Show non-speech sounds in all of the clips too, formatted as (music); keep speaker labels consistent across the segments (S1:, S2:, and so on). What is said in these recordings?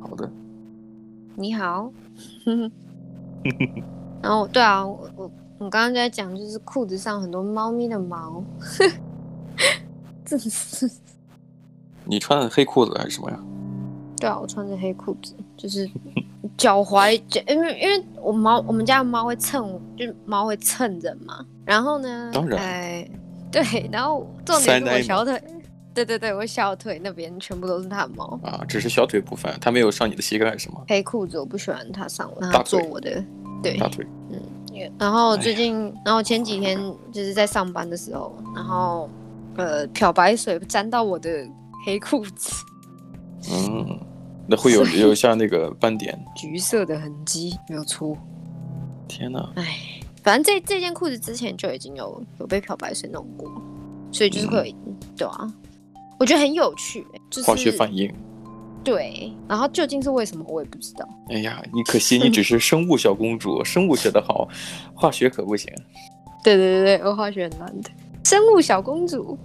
S1: 好的，
S2: 你
S1: (laughs)
S2: 好，然后对啊，我我我刚刚在讲，就是裤子上很多猫咪的毛， (laughs) 真是
S1: 你穿的黑裤子还是什么呀？
S2: 对啊，我穿着黑裤子，就是脚踝脚，因为因为我猫我们家的猫会蹭我，就是猫会蹭人嘛。然后呢，
S1: 当然
S2: 哎，对，然后重点是
S1: 塞
S2: 我
S1: 奶
S2: 小腿，对对对，我小腿那边全部都是它的毛。
S1: 啊，只是小腿部分，它没有上你的膝盖是吗？
S2: 黑裤子我不喜欢它上我，让
S1: 大
S2: 它做
S1: 腿
S2: 我的，对，
S1: 大腿
S2: 然后
S1: 哎
S2: 最近，然后前几天就是在上班的时候，然后呃，漂白水沾到我的黑裤子，
S1: 嗯，那会
S2: (laughs)
S1: 有有像那个斑点。
S2: 橘色的痕迹没有出。
S1: 天哪，
S2: 唉，反正这这件裤子之前就已经有有被漂白水弄过，所以就是会有，对啊，我觉得很有趣、欸就是
S1: 化学反应。
S2: 对，然后究竟是为什么我也不知道。
S1: 哎呀，你可惜你只是生物小公
S2: (laughs)
S1: 主，生物学得好，化学可不行。
S2: 对对对对，我化学很难的，生物小公主。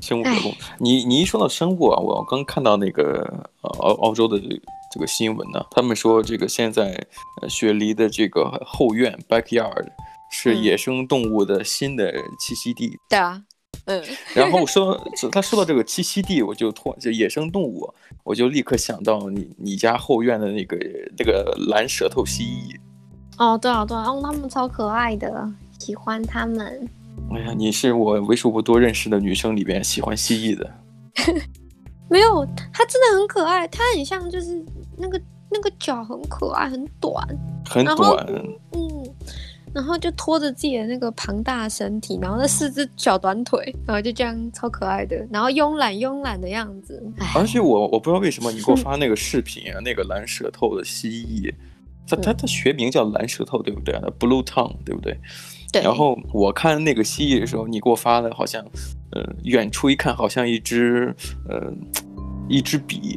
S1: 生物学工，
S2: 哎
S1: 你你一说到生物啊，我刚看到那个呃澳澳洲的这这个新闻呢、他们说这个现在呃雪梨的这个后院 backyard 是
S2: 嗯
S1: 野生动物的新的栖息地。
S2: 对啊，嗯， (laughs)
S1: 然后说到他说到这个栖息地，我就突就野生动物，我就立刻想到你你家后院的那个那个蓝舌头蜥蜴。
S2: 哦对啊对啊，哦他们超可爱的，喜欢他们。
S1: 哎呀，你是我为数不多认识的女生里边喜欢蜥蜴的。
S2: 没有，它真的很可爱，它很像就是那个那个脚很可爱，很短，
S1: 很
S2: 然后
S1: 短，
S2: 嗯，然后就拖着自己的那个庞大的身体，然后那四只小短腿，然后就这样超可爱的，然后慵懒慵懒的样子，哎，
S1: 而且我我不知道为什么你给我发那个视频啊，那个蓝舌头的蜥蜴，它它它学名叫蓝舌头，对不对？Blue tongue，对不对？
S2: 对，
S1: 然后我看那个蜥蜴的时候，你给我发的好像，呃，远处一看好像一只，呃，一支笔，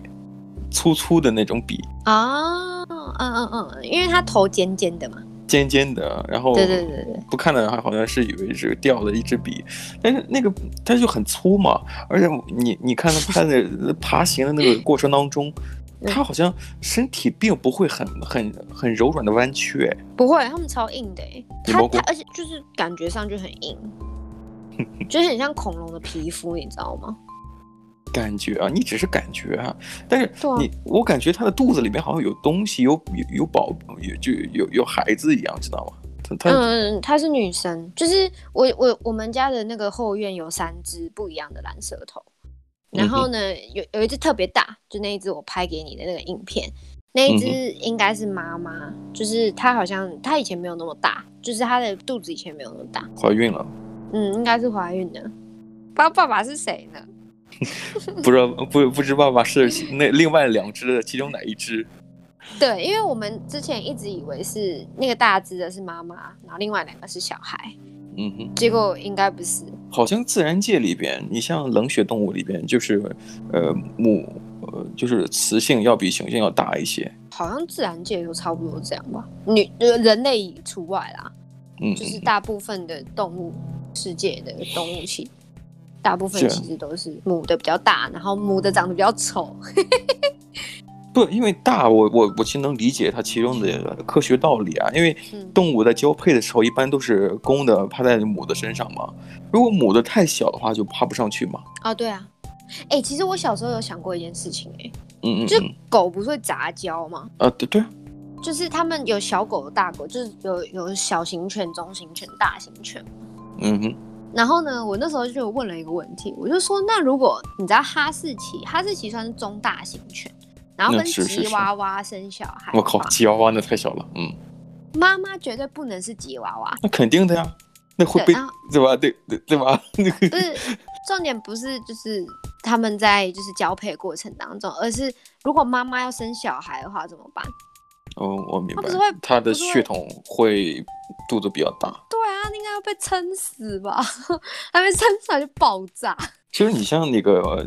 S1: 粗粗的那种笔，
S2: 啊，嗯嗯嗯，因为它头尖尖的嘛，
S1: 尖尖的，然后
S2: 对对对对，
S1: 不看的话好像是以为是掉了一支笔，但是那个它就很粗嘛，而且你你看它它的爬行的那个过程当中，
S2: 嗯
S1: 它好像身体并不会很很很柔软的弯曲，哎
S2: 不会，它们超硬的、欸，
S1: 你
S2: 它
S1: 摸过
S2: 它而且就是感觉上就很硬，就是很像恐龙的皮肤，你知道吗？
S1: 感觉啊，你只是感觉啊，但是
S2: 对啊
S1: 你我感觉它的肚子里面好像有东西，有有有宝，有就有有孩子一样，知道吗？它它、
S2: 嗯，她是女生，就是我我我们家的那个后院有三只不一样的蓝舌头，然后呢、有有一只特别大，就那一只我拍给你的那个影片，那一只应该是妈妈，就是她好像她以前没有那么大，就是她的肚子以前没有那么大，
S1: 怀孕了，
S2: 嗯，应该是怀孕的，不知道爸爸是谁呢？
S1: 不知道不不知爸爸
S2: (laughs)
S1: 是那另外两只的其中哪一只？
S2: 对，因为我们之前一直以为是那个大只的是妈妈，然后另外两个是小孩，
S1: 嗯哼。
S2: 结果应该不是，
S1: 好像自然界里边，你像冷血动物里边，就是，呃，母，呃，就是雌性要比雄性要大一些。
S2: 好像自然界都差不多这样吧，女呃人类除外啦，
S1: 嗯，
S2: 就是大部分的动物世界的动物系，大部分
S1: 是啊
S2: 其实都是母的比较大，然后母的长得比较丑。
S1: 不，因为大，我我我其实能理解它其中的科学道理啊。因为
S2: 嗯，
S1: 动物在交配的时候，一般都是公的趴在母的身上嘛。如果母的太小的话，就爬不上去嘛。
S2: 啊，对啊，哎、其实我小时候有想过一件事情、哎，
S1: 嗯嗯
S2: 就
S1: 嗯，
S2: 狗不是会杂交吗？
S1: 啊，对对啊，
S2: 就是他们有小狗、大狗，就是有有小型犬、中型犬、大型犬。
S1: 嗯哼，
S2: 然后呢，我那时候就问了一个问题，我就说，那如果你知道哈士奇，哈士奇算是中大型犬，然后
S1: 那
S2: 跟
S1: 是是
S2: 吉
S1: 是
S2: 娃娃生小孩的
S1: 我靠，
S2: 话，
S1: 吉娃娃那太小了，嗯，
S2: 妈妈绝对不能是吉娃娃，
S1: 那肯定的呀，那会被
S2: 对然啊后
S1: 对吧？对对对吧？ (laughs) 那个
S2: 不 (laughs) 是重点，不是就是他们在就是交配过程当中，而是如果妈妈要生小孩的话怎么办？
S1: 哦，我明
S2: 它
S1: 白
S2: 不是会，
S1: 它的
S2: 不是会
S1: 血统会肚子比较大。
S2: 对啊，应该要被撑死吧， (laughs) 还没撑出来就爆炸。
S1: 其实你像那个，呃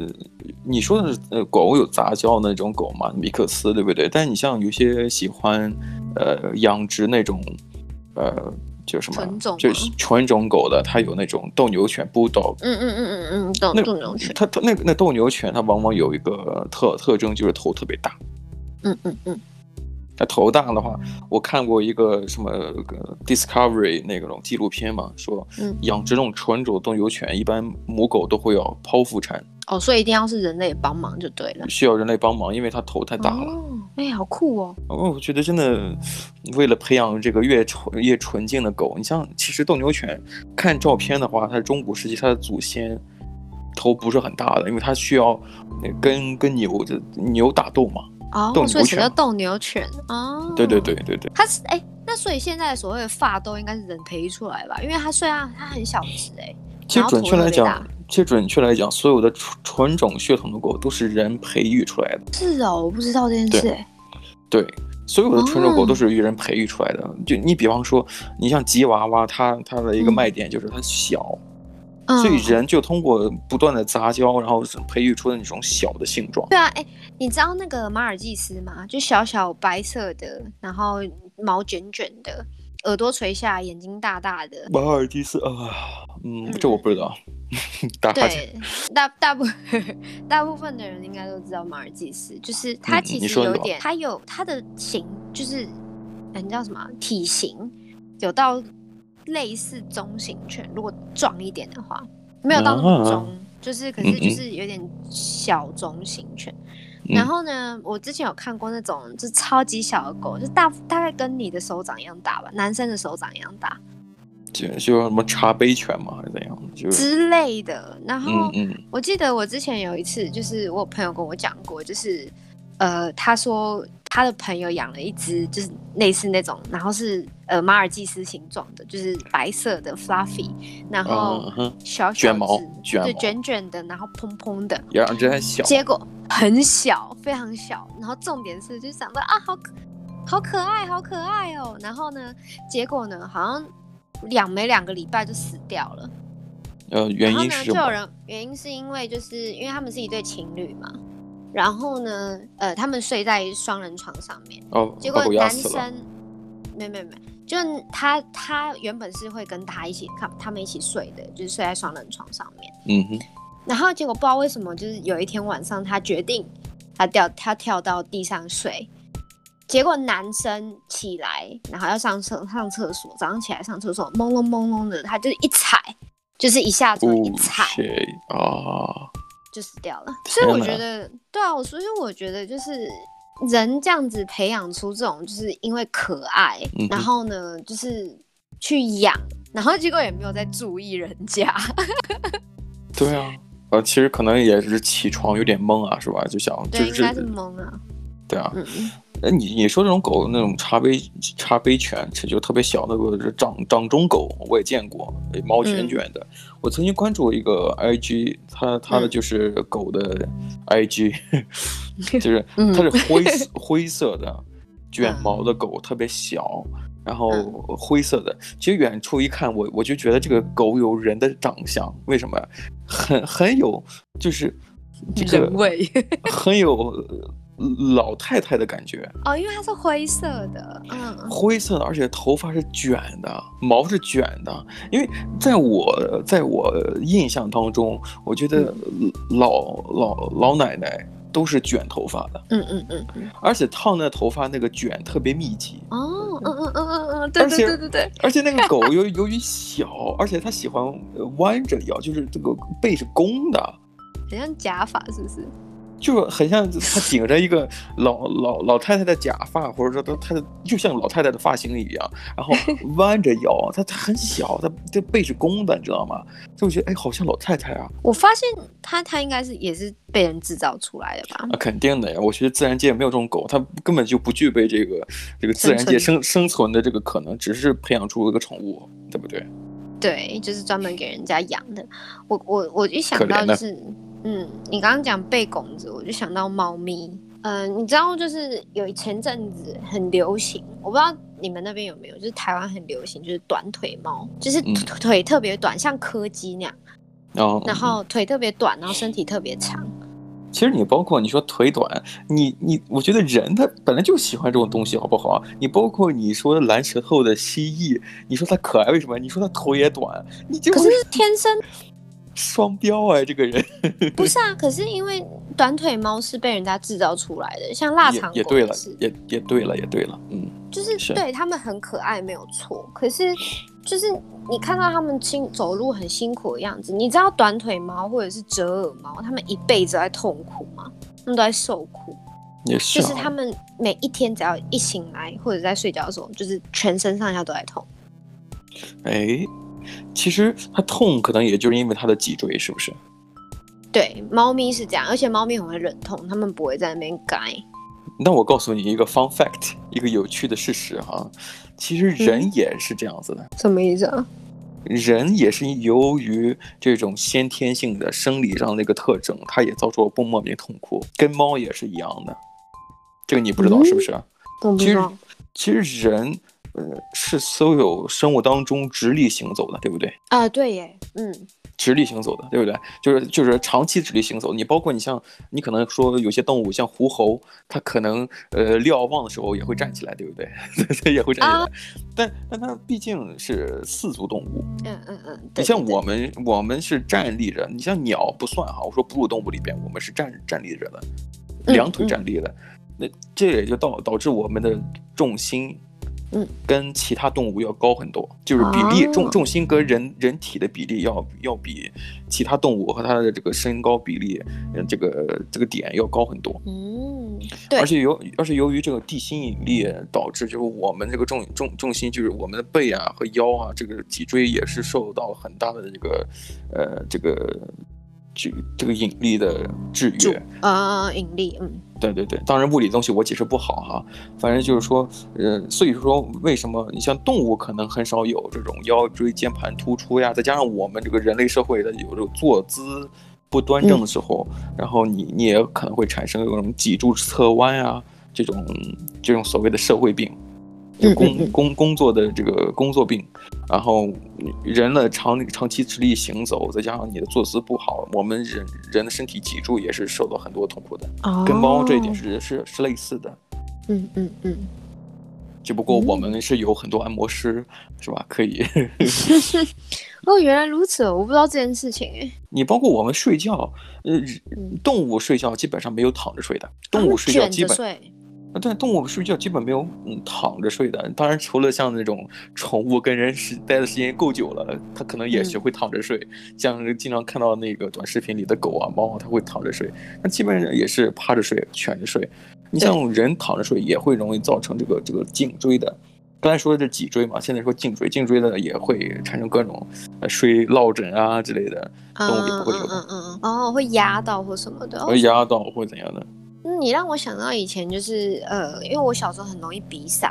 S1: 你说的是呃狗有杂交那种狗嘛，米克斯对不对？但你像有些喜欢呃养殖那种呃就什么
S2: 纯种吗
S1: 就是纯种狗的，它有那种斗牛犬 bulldog。
S2: 嗯嗯嗯嗯嗯，斗
S1: 那
S2: 斗牛 (laughs) 犬，
S1: 它它那个那斗牛犬，它往往有一个特特征，就是头特别大。
S2: 嗯嗯嗯，
S1: 它头大的话，我看过一个什么呃 Discovery 那种纪录片嘛，说
S2: 嗯
S1: 养殖这种纯种斗牛犬，一般母狗都会要剖腹产，
S2: 哦，所以一定要是人类帮忙就对了。
S1: 需要人类帮忙，因为它头太大了。
S2: 哦，哎、好酷哦！
S1: 哦，我觉得真的，为了培养这个越纯越纯净的狗，你像其实斗牛犬，看照片的话，它中古时期它的祖先头不是很大的，因为它需要那跟跟牛的牛打斗嘛。斗牛
S2: 哦，所以才叫
S1: 犬
S2: 斗牛犬哦。
S1: 对对对，对对，
S2: 它是哎、那所以现在所谓的发豆应该是人培育出来吧？因为它虽然它很小只哎、
S1: 其实准确来
S2: 然后头
S1: 讲
S2: 特，
S1: 其实准确来讲，所有的纯纯种血统的狗都是人培育出来的。
S2: 是哦，我不知道这件事
S1: 对
S2: 哎、
S1: 对，所有的纯种
S2: 哦
S1: 狗都是人培育出来的。就你比方说，你像吉娃娃，它它的一个
S2: 嗯
S1: 卖点就是它小。
S2: 嗯，
S1: 所以人就通过不断的杂交，然后培育出的那种小的性状。
S2: 对啊，哎、你知道那个马尔济斯吗？就小小白色的，然后毛卷卷的，耳朵垂下，眼睛大大的。
S1: 马尔济斯啊，嗯
S2: 嗯，
S1: 这我不知道， (laughs) 打哈欠。
S2: 对，大大部 (laughs) 大部分的人应该都知道马尔济斯，就是它
S1: 嗯
S2: 其
S1: 你
S2: 实
S1: 说
S2: 有
S1: 有
S2: 点，它有它的形，就是嗯叫什么啊体型，有到类似中型犬，如果壮一点的话，没有到那么
S1: 啊
S2: 中，就是可
S1: 嗯
S2: 是就
S1: 嗯
S2: 是有点小中型犬。
S1: 嗯
S2: 然后呢，我之前有看过那种就超级小的狗，就大大概跟你的手掌一样大吧，男生的手掌一样大
S1: 嗯就就什么茶杯犬嘛，还是怎样？就是
S2: 之类的。然后、
S1: 嗯嗯
S2: 我记得我之前有一次，就是我有朋友跟我讲过，就是呃，他说他的朋友养了一只，就是类似那种，然后是呃马尔济斯形状的，就是白色的 fluffy，然后哦
S1: 嗯哼，
S2: 小小只
S1: 卷毛卷
S2: 对
S1: 毛
S2: 卷卷的，然后蓬蓬的，
S1: 也让这还小。
S2: 结果很小，非常小。然后重点是，就想到啊，好可好可爱，好可爱哦。然后呢，结果呢，好像养没两个礼拜就死掉了。
S1: 呃，原因
S2: 然后呢，
S1: 是什
S2: 就有
S1: 么？
S2: 人原因是因为就是因为他们是一对情侣嘛，然后呢，呃，他们睡在双人床上面，
S1: 哦，
S2: 结
S1: 把
S2: 果
S1: 狗压
S2: 男
S1: 死了。
S2: 生没没没，就是他他原本是会跟他一起看他们一起睡的，就是睡在双人床上面，
S1: 嗯哼，
S2: 然后结果不知道为什么，就是有一天晚上他决定他掉他跳到地上睡。结果男生起来，然后要上厕上厕所，早上起来上厕所，朦胧朦胧的，他就一踩，就是一下车一
S1: 哦，
S2: 踩，
S1: 谁啊？
S2: 就死掉了。所
S1: 天
S2: 以我
S1: 哪
S2: 觉得，对啊，我所以我觉得就是人这样子培养出这种，就是因为可爱，
S1: 嗯哼
S2: 然后呢，就是去养，然后结果也没有在注意人家。
S1: 对啊。呃，其实可能也是起床有点懵啊，是吧？就想就
S2: (laughs) 对，应该是
S1: 是
S2: 懵啊。
S1: 对啊，
S2: 嗯，嗯
S1: 哎，你你说这种狗那种茶杯茶杯犬，其实就特别小的，或者是掌掌中狗，我也见过，诶
S2: 嗯
S1: 毛卷卷的。我曾经关注一个 IG，它它的
S2: 嗯
S1: 就是狗的 IG，、就是
S2: 嗯
S1: 它是灰色灰色
S2: (laughs)
S1: 的卷毛的狗，特别小，然后
S2: 嗯
S1: 灰色的。其实远处一看，我我就觉得这个狗有人的长相，为什么呀？很很有就是 (laughs) 这个
S2: 嗯人味
S1: 很有呃老太太的感觉。
S2: (laughs) 哦，因为它是灰色的，嗯，
S1: 灰色的，而且头发是卷的，毛是卷的。因为在我在我印象当中，我觉得老老老奶奶都是卷头发的，
S2: 嗯嗯嗯嗯，
S1: 而且烫的头发那个卷特别密集。
S2: 哦，嗯嗯嗯嗯嗯，对
S1: 而
S2: 对
S1: 且
S2: 对对对，
S1: 而且那个狗由于由于小，而且它喜欢呃弯着腰，就是这个背是弓的，
S2: 很像假发是不是？
S1: 就很像它顶着一个老 (laughs) 老老太太的假发，或者说它它的就像老太太的发型一样， (laughs) 然后弯着腰，它它很小，它这背是弓的，你知道吗？就我觉得哎，好像老太太啊，
S2: 我发现它它应该是也是被人制造出来的吧？
S1: 啊肯定的呀。我觉得自然界没有这种狗，它根本就不具备这个这个自然界
S2: 生
S1: 生生存的这个可能，只是培养出一个宠物，对不对？
S2: 对，就是专门给人家养的。我我我一想
S1: 可
S2: 到
S1: 怜啊
S2: 就
S1: 的
S2: 是，嗯，你刚刚讲被拱子，我就想到猫咪。嗯、你知道就是有前阵子很流行，我不知道你们那边有没有，就是台湾很流行，就是短腿猫，就是
S1: 嗯哦
S2: 腿腿特别短，像柯基那样，
S1: 然后 (laughs)
S2: 然后腿特别短，然后身体特别长。
S1: 其实你包括你说腿短，你你，我觉得人他本来就喜欢这种东西，好不好？你包括你说蓝舌头的蜥蜴，你说它可爱，为什么？你说它头也短，你就
S2: 可是天生
S1: 双标哎，这个人
S2: 不是啊。可是因为短腿猫是被人家制造出来的，像腊
S1: 也
S2: 肠狗
S1: 也对了
S2: 是，
S1: 也也对了，也对了，嗯，
S2: 就是
S1: 是
S2: 对他们很可爱没有错，可是就是你看到他们辛走路很辛苦的样子，你知道短腿猫或者是折耳猫，它们一辈子都在痛苦吗？他们都在受苦，
S1: 也是、
S2: 就
S1: 啊。
S2: 是哦他们每一天只要一醒来或者在睡觉的时候，就是全身上下都在痛。
S1: 哎，其实它痛可能也就是因为它的脊椎，是不是？
S2: 对，猫咪是这样，而且猫咪很会忍痛，它们不会在那边改。
S1: 那我告诉你一个 fun fact，一个有趣的事实哈，其实
S2: 嗯
S1: 人也是这样子的。
S2: 什么意思啊？
S1: 人也是由于这种先天性的生理上的一个特征，它也遭受不莫名痛苦，跟猫也是一样的。这个你不知道
S2: 嗯
S1: 是不是？
S2: 我不
S1: 其
S2: 知
S1: 实
S2: 道。
S1: 其实人，呃，是所有生物当中直立行走的，对不对？
S2: 啊、对耶，嗯，
S1: 直立行走的，对不对？就是就是长期直立行走。你包括你像你可能说有些动物像狐猴，它可能呃瞭望的时候也会站起来，对不 (laughs) 对？它也会站起来，
S2: 啊
S1: 但但它毕竟是四足动物，
S2: 嗯嗯嗯，对
S1: 你像
S2: 对
S1: 我们，我们是站立着。你像鸟不算哈，我说哺乳动物里边，我们是站站立着的，
S2: 嗯
S1: 两腿站立的。那这也就导导致我们的重心，
S2: 嗯，
S1: 跟其他动物要高很多，就是比例、
S2: 哦
S1: 重重心跟人人体的比例要要比其他动物和它的这个身高比例，呃，这个这个点要高很多。
S2: 对嗯，对
S1: 而且由而且由于这个地心引力导致，就是我们这个重重重心，就是我们的背啊和腰啊，这个脊椎也是受到很大的这个，呃，这个这个这个引力的制
S2: 主
S1: 约。
S2: 呃引力，嗯，
S1: 对对对，当然物理东西我解释不好哈、反正就是说，呃，所以说为什么你像动物可能很少有这种腰椎间盘突出呀，再加上我们这个人类社会的有这种坐姿不端
S2: 嗯
S1: 正的时候，然后你你也可能会产生这种脊柱侧弯呀、这种这种所谓的社会病，就
S2: 嗯嗯
S1: 工
S2: 嗯
S1: 工工作的这个工作病，然后人的长长期直立行走，再加上你的坐姿不好，我们人人的身体脊柱也是受到很多痛苦的。
S2: 哦，
S1: 跟猫这一点，是是是类似的，
S2: 嗯嗯嗯，
S1: 只不过
S2: 嗯
S1: 我们是有很多按摩师，是吧？可以， (laughs)
S2: 哦，原来如此哦，我不知道这件事情哎，
S1: 你包括我们睡觉，呃
S2: 嗯，
S1: 动物睡觉基本上没有躺着睡的，动
S2: 它
S1: 物
S2: 们
S1: 睡觉
S2: 卷
S1: 基
S2: 着
S1: 本，
S2: 睡，
S1: 啊对，动物睡觉基本没有嗯躺着睡的。当然，除了像那种宠物跟人时待的时间够久了，它可能也
S2: 嗯
S1: 学会躺着睡，像是经常看到那个短视频里的狗啊、猫啊，它会躺着睡，那基本上也是趴着睡、蜷着睡。你
S2: 对
S1: 像人躺着睡也会容易造成这个这个颈椎的。刚才说的是脊椎嘛，现在说颈椎，颈椎的也会产生各种呃睡落枕啊之类的，
S2: 嗯
S1: 动物也
S2: 嗯
S1: 不会有
S2: 嗯嗯嗯，哦，会压到或什么的，哦
S1: 会压到或怎样的。
S2: 嗯，你让我想到以前就是呃，因为我小时候很容易鼻塞，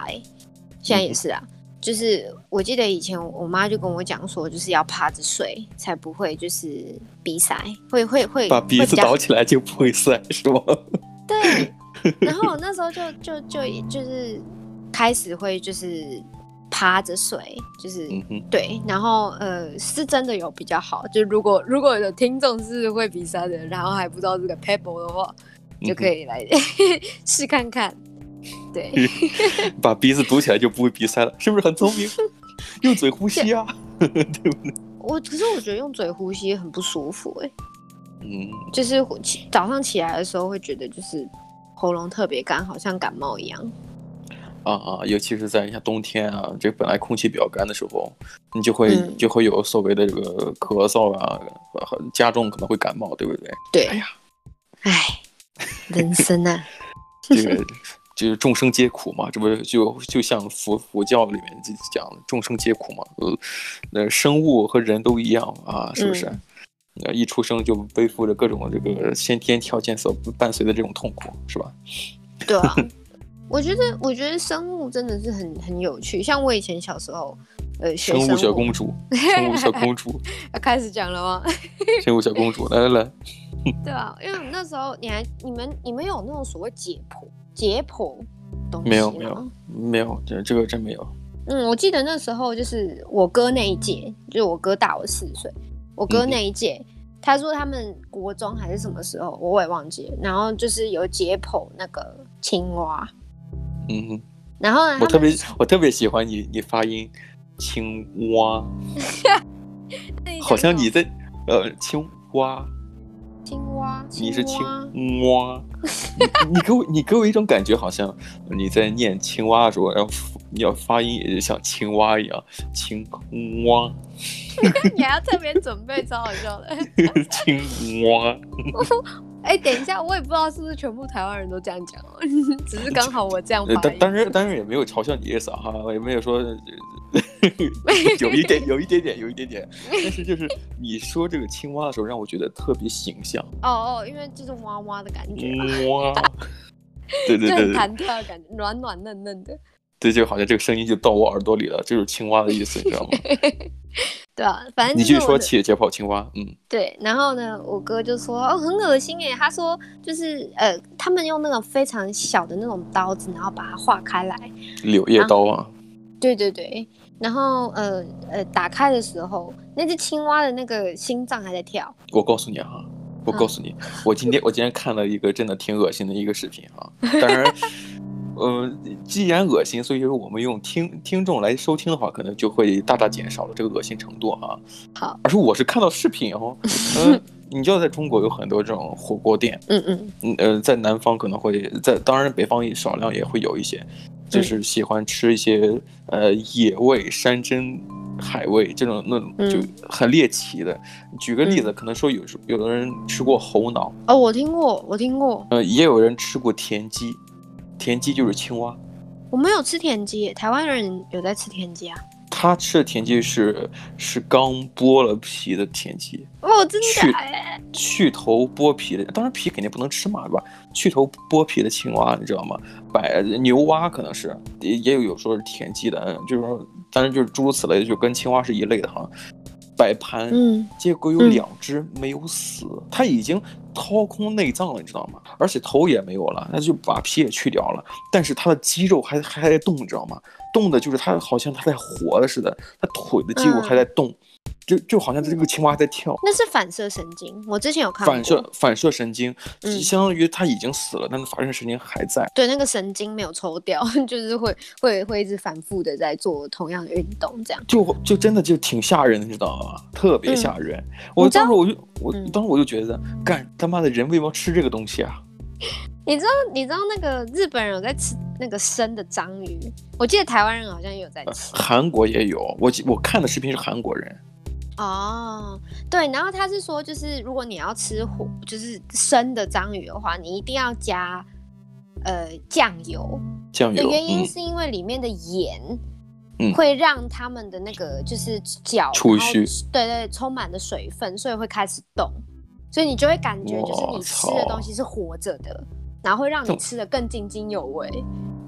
S2: 现在也是啊。就是我记得以前我我妈就跟我讲说，就是要趴着睡才不会就是鼻塞，会会会
S1: 把鼻
S2: 会
S1: 子
S2: 比较
S1: 倒起来就不会 (laughs) 塞，是吗？
S2: 对，然后我那时候就就就就是开始会就是趴着睡，就是、
S1: 嗯哼。
S2: 对，然后呃是真的有比较好。就如果如果有听众是会比赛的，然后还不知道这个 pebble 的话，
S1: 嗯
S2: 就可以来、 (laughs) 试看看。对，
S1: 嗯把鼻子堵起来就不会鼻塞了，是不是很聪
S2: (laughs)
S1: 明？用嘴呼吸啊，
S2: 我可是我觉得用嘴呼吸很不舒服哎、
S1: 嗯，
S2: 就是呼起早上起来的时候会觉得就是喉咙特别干，好像感冒一样。
S1: 啊啊，尤其是在像冬天啊，这本来空气比较干的时候，你就会、
S2: 嗯
S1: 就会有所谓的这个咳嗽啊，和加重可能会感冒，对不对？
S2: 对，
S1: 哎呀，
S2: 唉，人生啊，
S1: (laughs) 这
S2: (laughs)
S1: 个就是众生皆苦嘛，这不是就就像佛佛教里面就讲的众生皆苦嘛，呃，那生物和人都一样啊，是不是？
S2: 嗯
S1: 呃，一出生就背负着各种这个先天条件所伴随的这种痛苦，是吧？
S2: 对啊，我觉得我觉得生物真的是很很有趣。像我以前小时候，呃，学
S1: 生物小
S2: 物
S1: 公主，生物小公 (laughs) 主，
S2: 要开始讲了吗？
S1: 生物小公主，来来来，
S2: 对啊，因为我们那时候你还你们你们有那种所谓解剖解剖东西吗
S1: 没有没有。没有，这这个真没有。
S2: 嗯，我记得
S1: 嗯
S2: 那时候就是我哥那一届，就是我哥大我四岁，我哥那一届、他说他们国中还是什么时候，我也忘记了。然后就是有解剖那个青蛙，
S1: 嗯哼，
S2: 然后呢，
S1: 我
S2: 他
S1: 特
S2: 们
S1: 别我特别喜欢啊你你发音青蛙，好像你在呃青蛙，
S2: 青蛙，
S1: 你是青
S2: 蛙
S1: 蛙，你你给我你给我一种感觉，好像你在念青蛙的时候，要你要发音也像青蛙一样，青蛙
S2: (laughs)
S1: (laughs)
S2: 你还要特别准备，超好笑的。
S1: 青蛙，
S2: 哎、等一下，我也不知道是不是全部台湾人都这样讲哦， (laughs) 只是刚好我这样
S1: 呃
S2: 发
S1: 当
S2: 音。
S1: 当然当然也没有嘲笑你的意思哈，我也没有
S2: (laughs)
S1: 说有一点有一点点有一点点，但是
S2: (laughs)
S1: 就是你说这个青蛙的时候，让我觉得特别形象。
S2: 哦哦，因为就是哇哇的感觉，
S1: 哇，对对对
S2: 就很
S1: 对
S2: 弹跳的感觉，软软嫩嫩的。
S1: 对，就好像这个声音就到我耳朵里了，这就是青蛙的意思，你知道
S2: (laughs)
S1: 吗？
S2: 对啊，反正
S1: 你
S2: 就
S1: 继续
S2: 是我
S1: 说
S2: 的
S1: 解解剖青蛙，嗯
S2: 对，然后呢，我哥就说哦，很恶心哎，他说就是呃，他们用那种非常小的那种刀子，然后把它划开来，
S1: 柳叶刀啊，
S2: 对对对，然后呃呃，打开的时候，那只青蛙的那个心脏还在跳，
S1: 我告诉你哈、我告诉你，我今天我今天看了一个真的挺恶心的一个视频哈、当然。呃，既然恶心，所以说我们用听听众来收听的话，可能就会大大减少了这个恶心程度啊。
S2: 好，
S1: 而是我是看到视频哦，嗯、你知道在中国有很多这种火锅店，
S2: 嗯嗯
S1: 嗯呃，在南方可能会在，当然北方也少量也会有一些，就是喜欢吃一些、呃野味、山珍海味这种那种
S2: 嗯
S1: 就很猎奇的。举个例子，
S2: 嗯
S1: 可能说有时有的人吃过猴脑，
S2: 哦，我听过，我听过，
S1: 呃，也有人吃过田鸡，田鸡就是青蛙，
S2: 我没有吃田鸡耶，台湾人有在吃田鸡啊？
S1: 他吃的田鸡是是刚剥了皮的田鸡，
S2: 哦，真
S1: 去
S2: 的哎，
S1: 去头剥皮的，当然皮肯定不能吃嘛，对吧？去头剥皮的青蛙，你知道吗？百牛蛙可能是，也也有有时候是田鸡的，嗯就是说，当然就是诸如此类，就跟青蛙是一类的哈。摆盘，
S2: 嗯
S1: 结果有
S2: 嗯
S1: 两只没有死，它已经掏空内脏了，你知道吗？而且头也没有了，那就把皮也去掉了，但是它的肌肉还还在动，你知道吗？动的就是它好像它在活的似的，它腿的肌肉
S2: 嗯
S1: 还在动，就就好像这个青蛙还在跳。
S2: 那是反射神经，我之前有看过，
S1: 反射反射神经，
S2: 嗯
S1: 相当于他已经死了，但是反射神经还在。
S2: 对，那个神经没有抽掉， (laughs) 就是会会会一直反复的在做同样的运动，这样。
S1: 就就真的就挺吓人的，你知道吗？特别
S2: 嗯
S1: 吓人。我
S2: 你知道
S1: 当时我就我
S2: 嗯
S1: 当时我就觉得，干他妈的人为什么要吃这个东西啊？
S2: 你知道你知道那个日本人有在吃那个生的章鱼，我记得台湾人好像也有在吃。
S1: 韩国也有，我记我看的视频是韩国人，
S2: 哦，对，然后他是说，就是如果你要吃活，就是生的章鱼的话，你一定要加呃酱油
S1: 酱
S2: 的
S1: 油，
S2: 原因
S1: 嗯，
S2: 是因为里面的盐。
S1: 嗯
S2: 会让他们的那个就是脚，
S1: 储
S2: 然后
S1: 蓄
S2: 对对，充满了水分，所以会开始动，所以你就会感觉就是
S1: 我
S2: 你吃的
S1: 操
S2: 东西是活着的，然后会让
S1: 这
S2: 你
S1: 么
S2: 吃的更津津有味，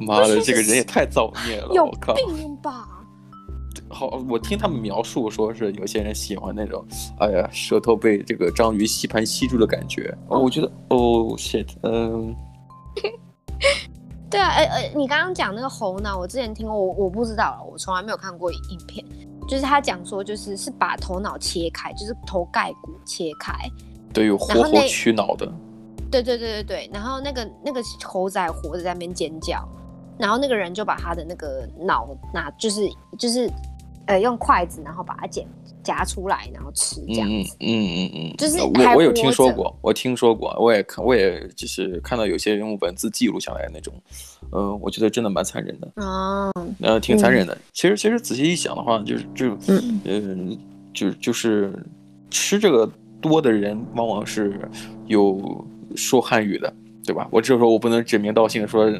S1: 妈的，
S2: 不是
S1: 这个人也太造孽了，
S2: 有
S1: 我靠！
S2: 病吧？
S1: 好，我听他们描述说是有些人喜欢那种，哎呀，舌头被这个章鱼吸盘吸住的感觉。哦我觉得，哦，shit，嗯，
S2: 对啊，哎、哎、你刚刚讲那个猴脑，我之前听过，我我不知道，啊我从来没有看过影片。就是他讲说，就是是把头脑切开，就是头盖骨切开。
S1: 对，有
S2: 然
S1: 活
S2: 后
S1: 活
S2: 那
S1: 取脑的。
S2: 对对对对对，然后那个那个猴仔活着在那边尖叫，然后那个人就把他的那个脑拿，就是就是呃用筷子，然后把它剪夹出来，然后吃这样
S1: 嗯
S2: 子。
S1: 嗯嗯嗯，
S2: 就是还
S1: 我我有听
S2: 活
S1: 说
S2: 着
S1: 过，我听说过，我也看，我也就是看到有些人用文字记录下来那种，呃，我觉得真的蛮残忍的，
S2: 啊、
S1: 呃，挺残忍的。其实其实仔细一想的话，就是就
S2: 嗯
S1: 嗯、就就是吃这个多的人，往往是有说汉语的，对吧？我这时候我不能指名道姓说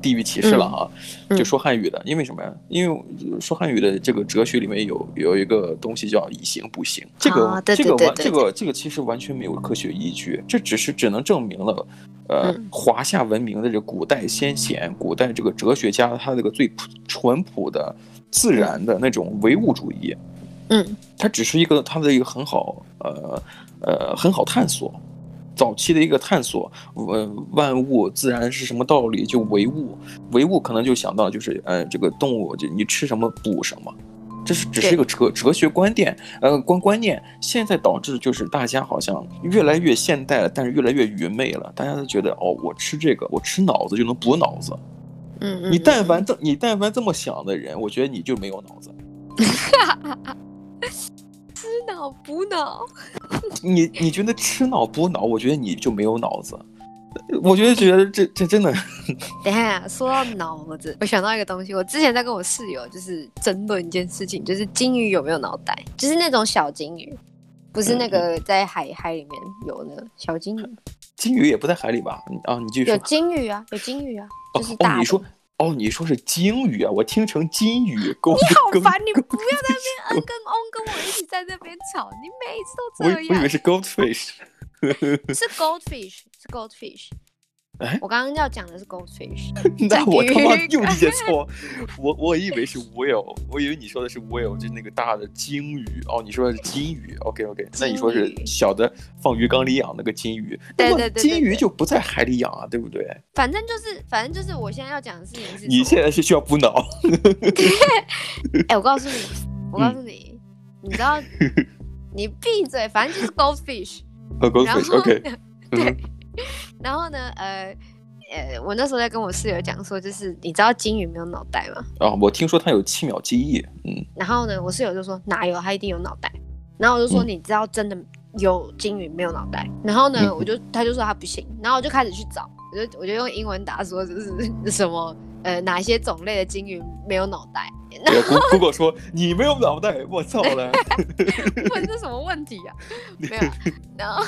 S1: 地域歧视了啊，
S2: 嗯嗯
S1: 就说汉语的，因为什么呀？因为说汉语的这个哲学里面有有一个东西叫以形补形，这个、
S2: 啊对
S1: 这个
S2: 对
S1: 完
S2: 对
S1: 这个这个其实完全没有科学依据，这只是只能证明了。呃
S2: 嗯，
S1: 华夏文明的这古代先贤、古代这个哲学家，他这个最朴淳朴的、自然的那种唯物主义，
S2: 嗯
S1: 它只是一个它的一个很好呃呃很好探索，早期的一个探索，呃万物自然是什么道理就唯物，唯物可能就想到就是呃这个动物就你吃什么补什么，这是只是一个哲哲学观点，呃观观念。现在导致就是大家好像越来越现代了，但是越来越愚昧了。大家都觉得哦，我吃这个，我吃脑子就能补脑子。
S2: 嗯嗯，
S1: 你但凡这你但凡这么想的人，我觉得你就没有脑子。
S2: 吃脑补脑，
S1: 你你觉得吃脑补脑，我觉得你就没有脑子。我觉得觉得这这真的。
S2: (laughs) 等一下，说到脑子，我想到一个东西，我之前在跟我室友就是争论一件事情，就是金鱼有没有脑袋，就是那种小金鱼，不
S1: 嗯
S2: 是那个在海海里面游的小金鱼。
S1: 金鱼也不在海里吧？你啊，你继续说。
S2: 有金鱼啊，有金鱼啊，就是
S1: 哦
S2: 大、
S1: 哦，你说哦，你说是鲸鱼啊，我听成金鱼。你
S2: 你好烦，你不要在那边嗯跟嗡跟我一起在那边吵，你每次都
S1: 我
S2: 这
S1: 以我以
S2: 样
S1: 为。是
S2: (laughs)
S1: goldfish。
S2: 是 goldfish，是 goldfish。
S1: 哎
S2: 我刚刚要讲的是
S1: (laughs)
S2: goldfish，
S1: 那我他妈
S2: 在鱼
S1: 又理
S2: (laughs)
S1: 解错，我我以为是 whale，我以为你说的是 whale，就是那个大的鲸鱼哦，你说的是金鱼，OK OK，那你说是
S2: 金鱼
S1: 小的放鱼缸里养那个金鱼，
S2: 对
S1: 那么
S2: 对对对
S1: 金鱼
S2: 对
S1: 就不在海里养啊，对不对？
S2: 反正就是反正就是我现在要讲的事情是
S1: 你
S2: 说
S1: 现在是需要补脑，
S2: 哎、我告
S1: (laughs)
S2: 诉你，我告诉
S1: 嗯
S2: 你，你知道，你闭嘴，反正就是 goldfish。
S1: 喝口
S2: 然后
S1: 水，OK，
S2: (laughs) 呢，
S1: 嗯
S2: 对，然后呢，呃呃，我那时候在跟我室友讲说，就是你知道金鱼没有脑袋吗？
S1: 啊，我听说它有七秒记忆，嗯，
S2: 然后呢，我室友就说哪有，它一定有脑袋。然后我就说
S1: 嗯
S2: 你知道真的有金鱼没有脑袋？然后呢，
S1: 嗯
S2: 我就他就说他不行，然后我就开始去找，我就我就用英文打说就是 (laughs) 什么呃哪些种类的金鱼没有脑袋？ (laughs) 那
S1: 对，Google 啊 Google 说你没有脑袋，我操
S2: (laughs)
S1: 了，
S2: 问这什么问题啊？没有啊，
S1: (laughs)
S2: 然后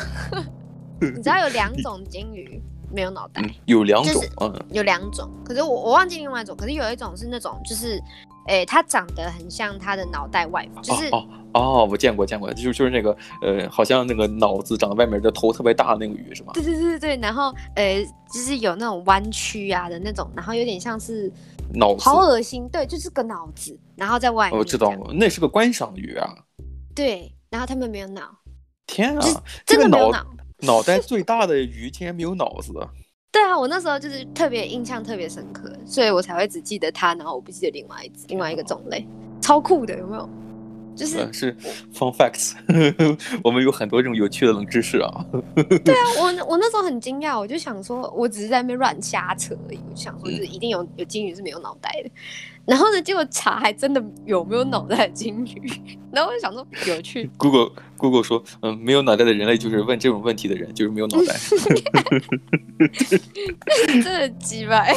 S2: 你知道有两种金鱼没有脑袋，
S1: 嗯，有两
S2: 就
S1: 种
S2: 是，
S1: 嗯
S2: 有两种，可是我我忘记另外一种，可是有一种是那种就是，诶、它长得很像它的脑袋外，就是、
S1: 哦哦哦，我见过见过，就是就是那个呃，好像那个脑子长在外面的头特别大的那个鱼是吗？
S2: 对对对对对，然后呃就是有那种弯曲啊的那种，然后有点像是
S1: 脑子
S2: 好恶心，对，就是个脑子，然后在外面，
S1: 我哦知道
S2: 了，，
S1: 那是个观赏鱼啊！
S2: 对，然后它们没有脑，
S1: 天
S2: 就是
S1: 啊，这
S2: 真
S1: 个
S2: 的没有
S1: 脑
S2: 脑。
S1: 脑袋最大的鱼竟然没有脑子，
S2: 对啊，我那时候就是特别印象特别深刻，所以我才会只记得它，然后我不记得另外一只另外一个种类，超酷的，有没有？ (laughs) 就是
S1: 呃是 fun facts。我们有很多这种有趣的冷知识啊。
S2: 我我那时候很惊讶，我就想说，我只是在那边乱瞎扯而已，我就想说，就是一定有有金鱼是没有脑袋的。然后呢，结果查还真的有没有脑袋的金鱼，然后我就想说有趣，
S1: Google Google 说，嗯，没有脑袋的人类就是问这种问题的人，就是没有脑
S2: (laughs)
S1: 袋。
S2: 真的鸡掰。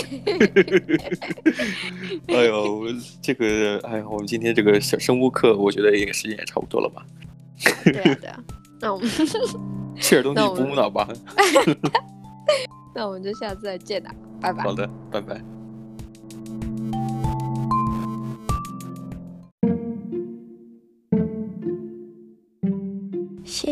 S2: (laughs)
S1: 哎呦，这个，哎呀，我们今天这个小生物课，我觉得也时间也差不多了吧？
S2: 对啊对啊，那我们
S1: 吃点东西
S2: 那我
S1: 补
S2: 们
S1: 补脑吧。
S2: 那我们就下次再见啦，拜拜
S1: 好。的，拜拜。
S2: 谢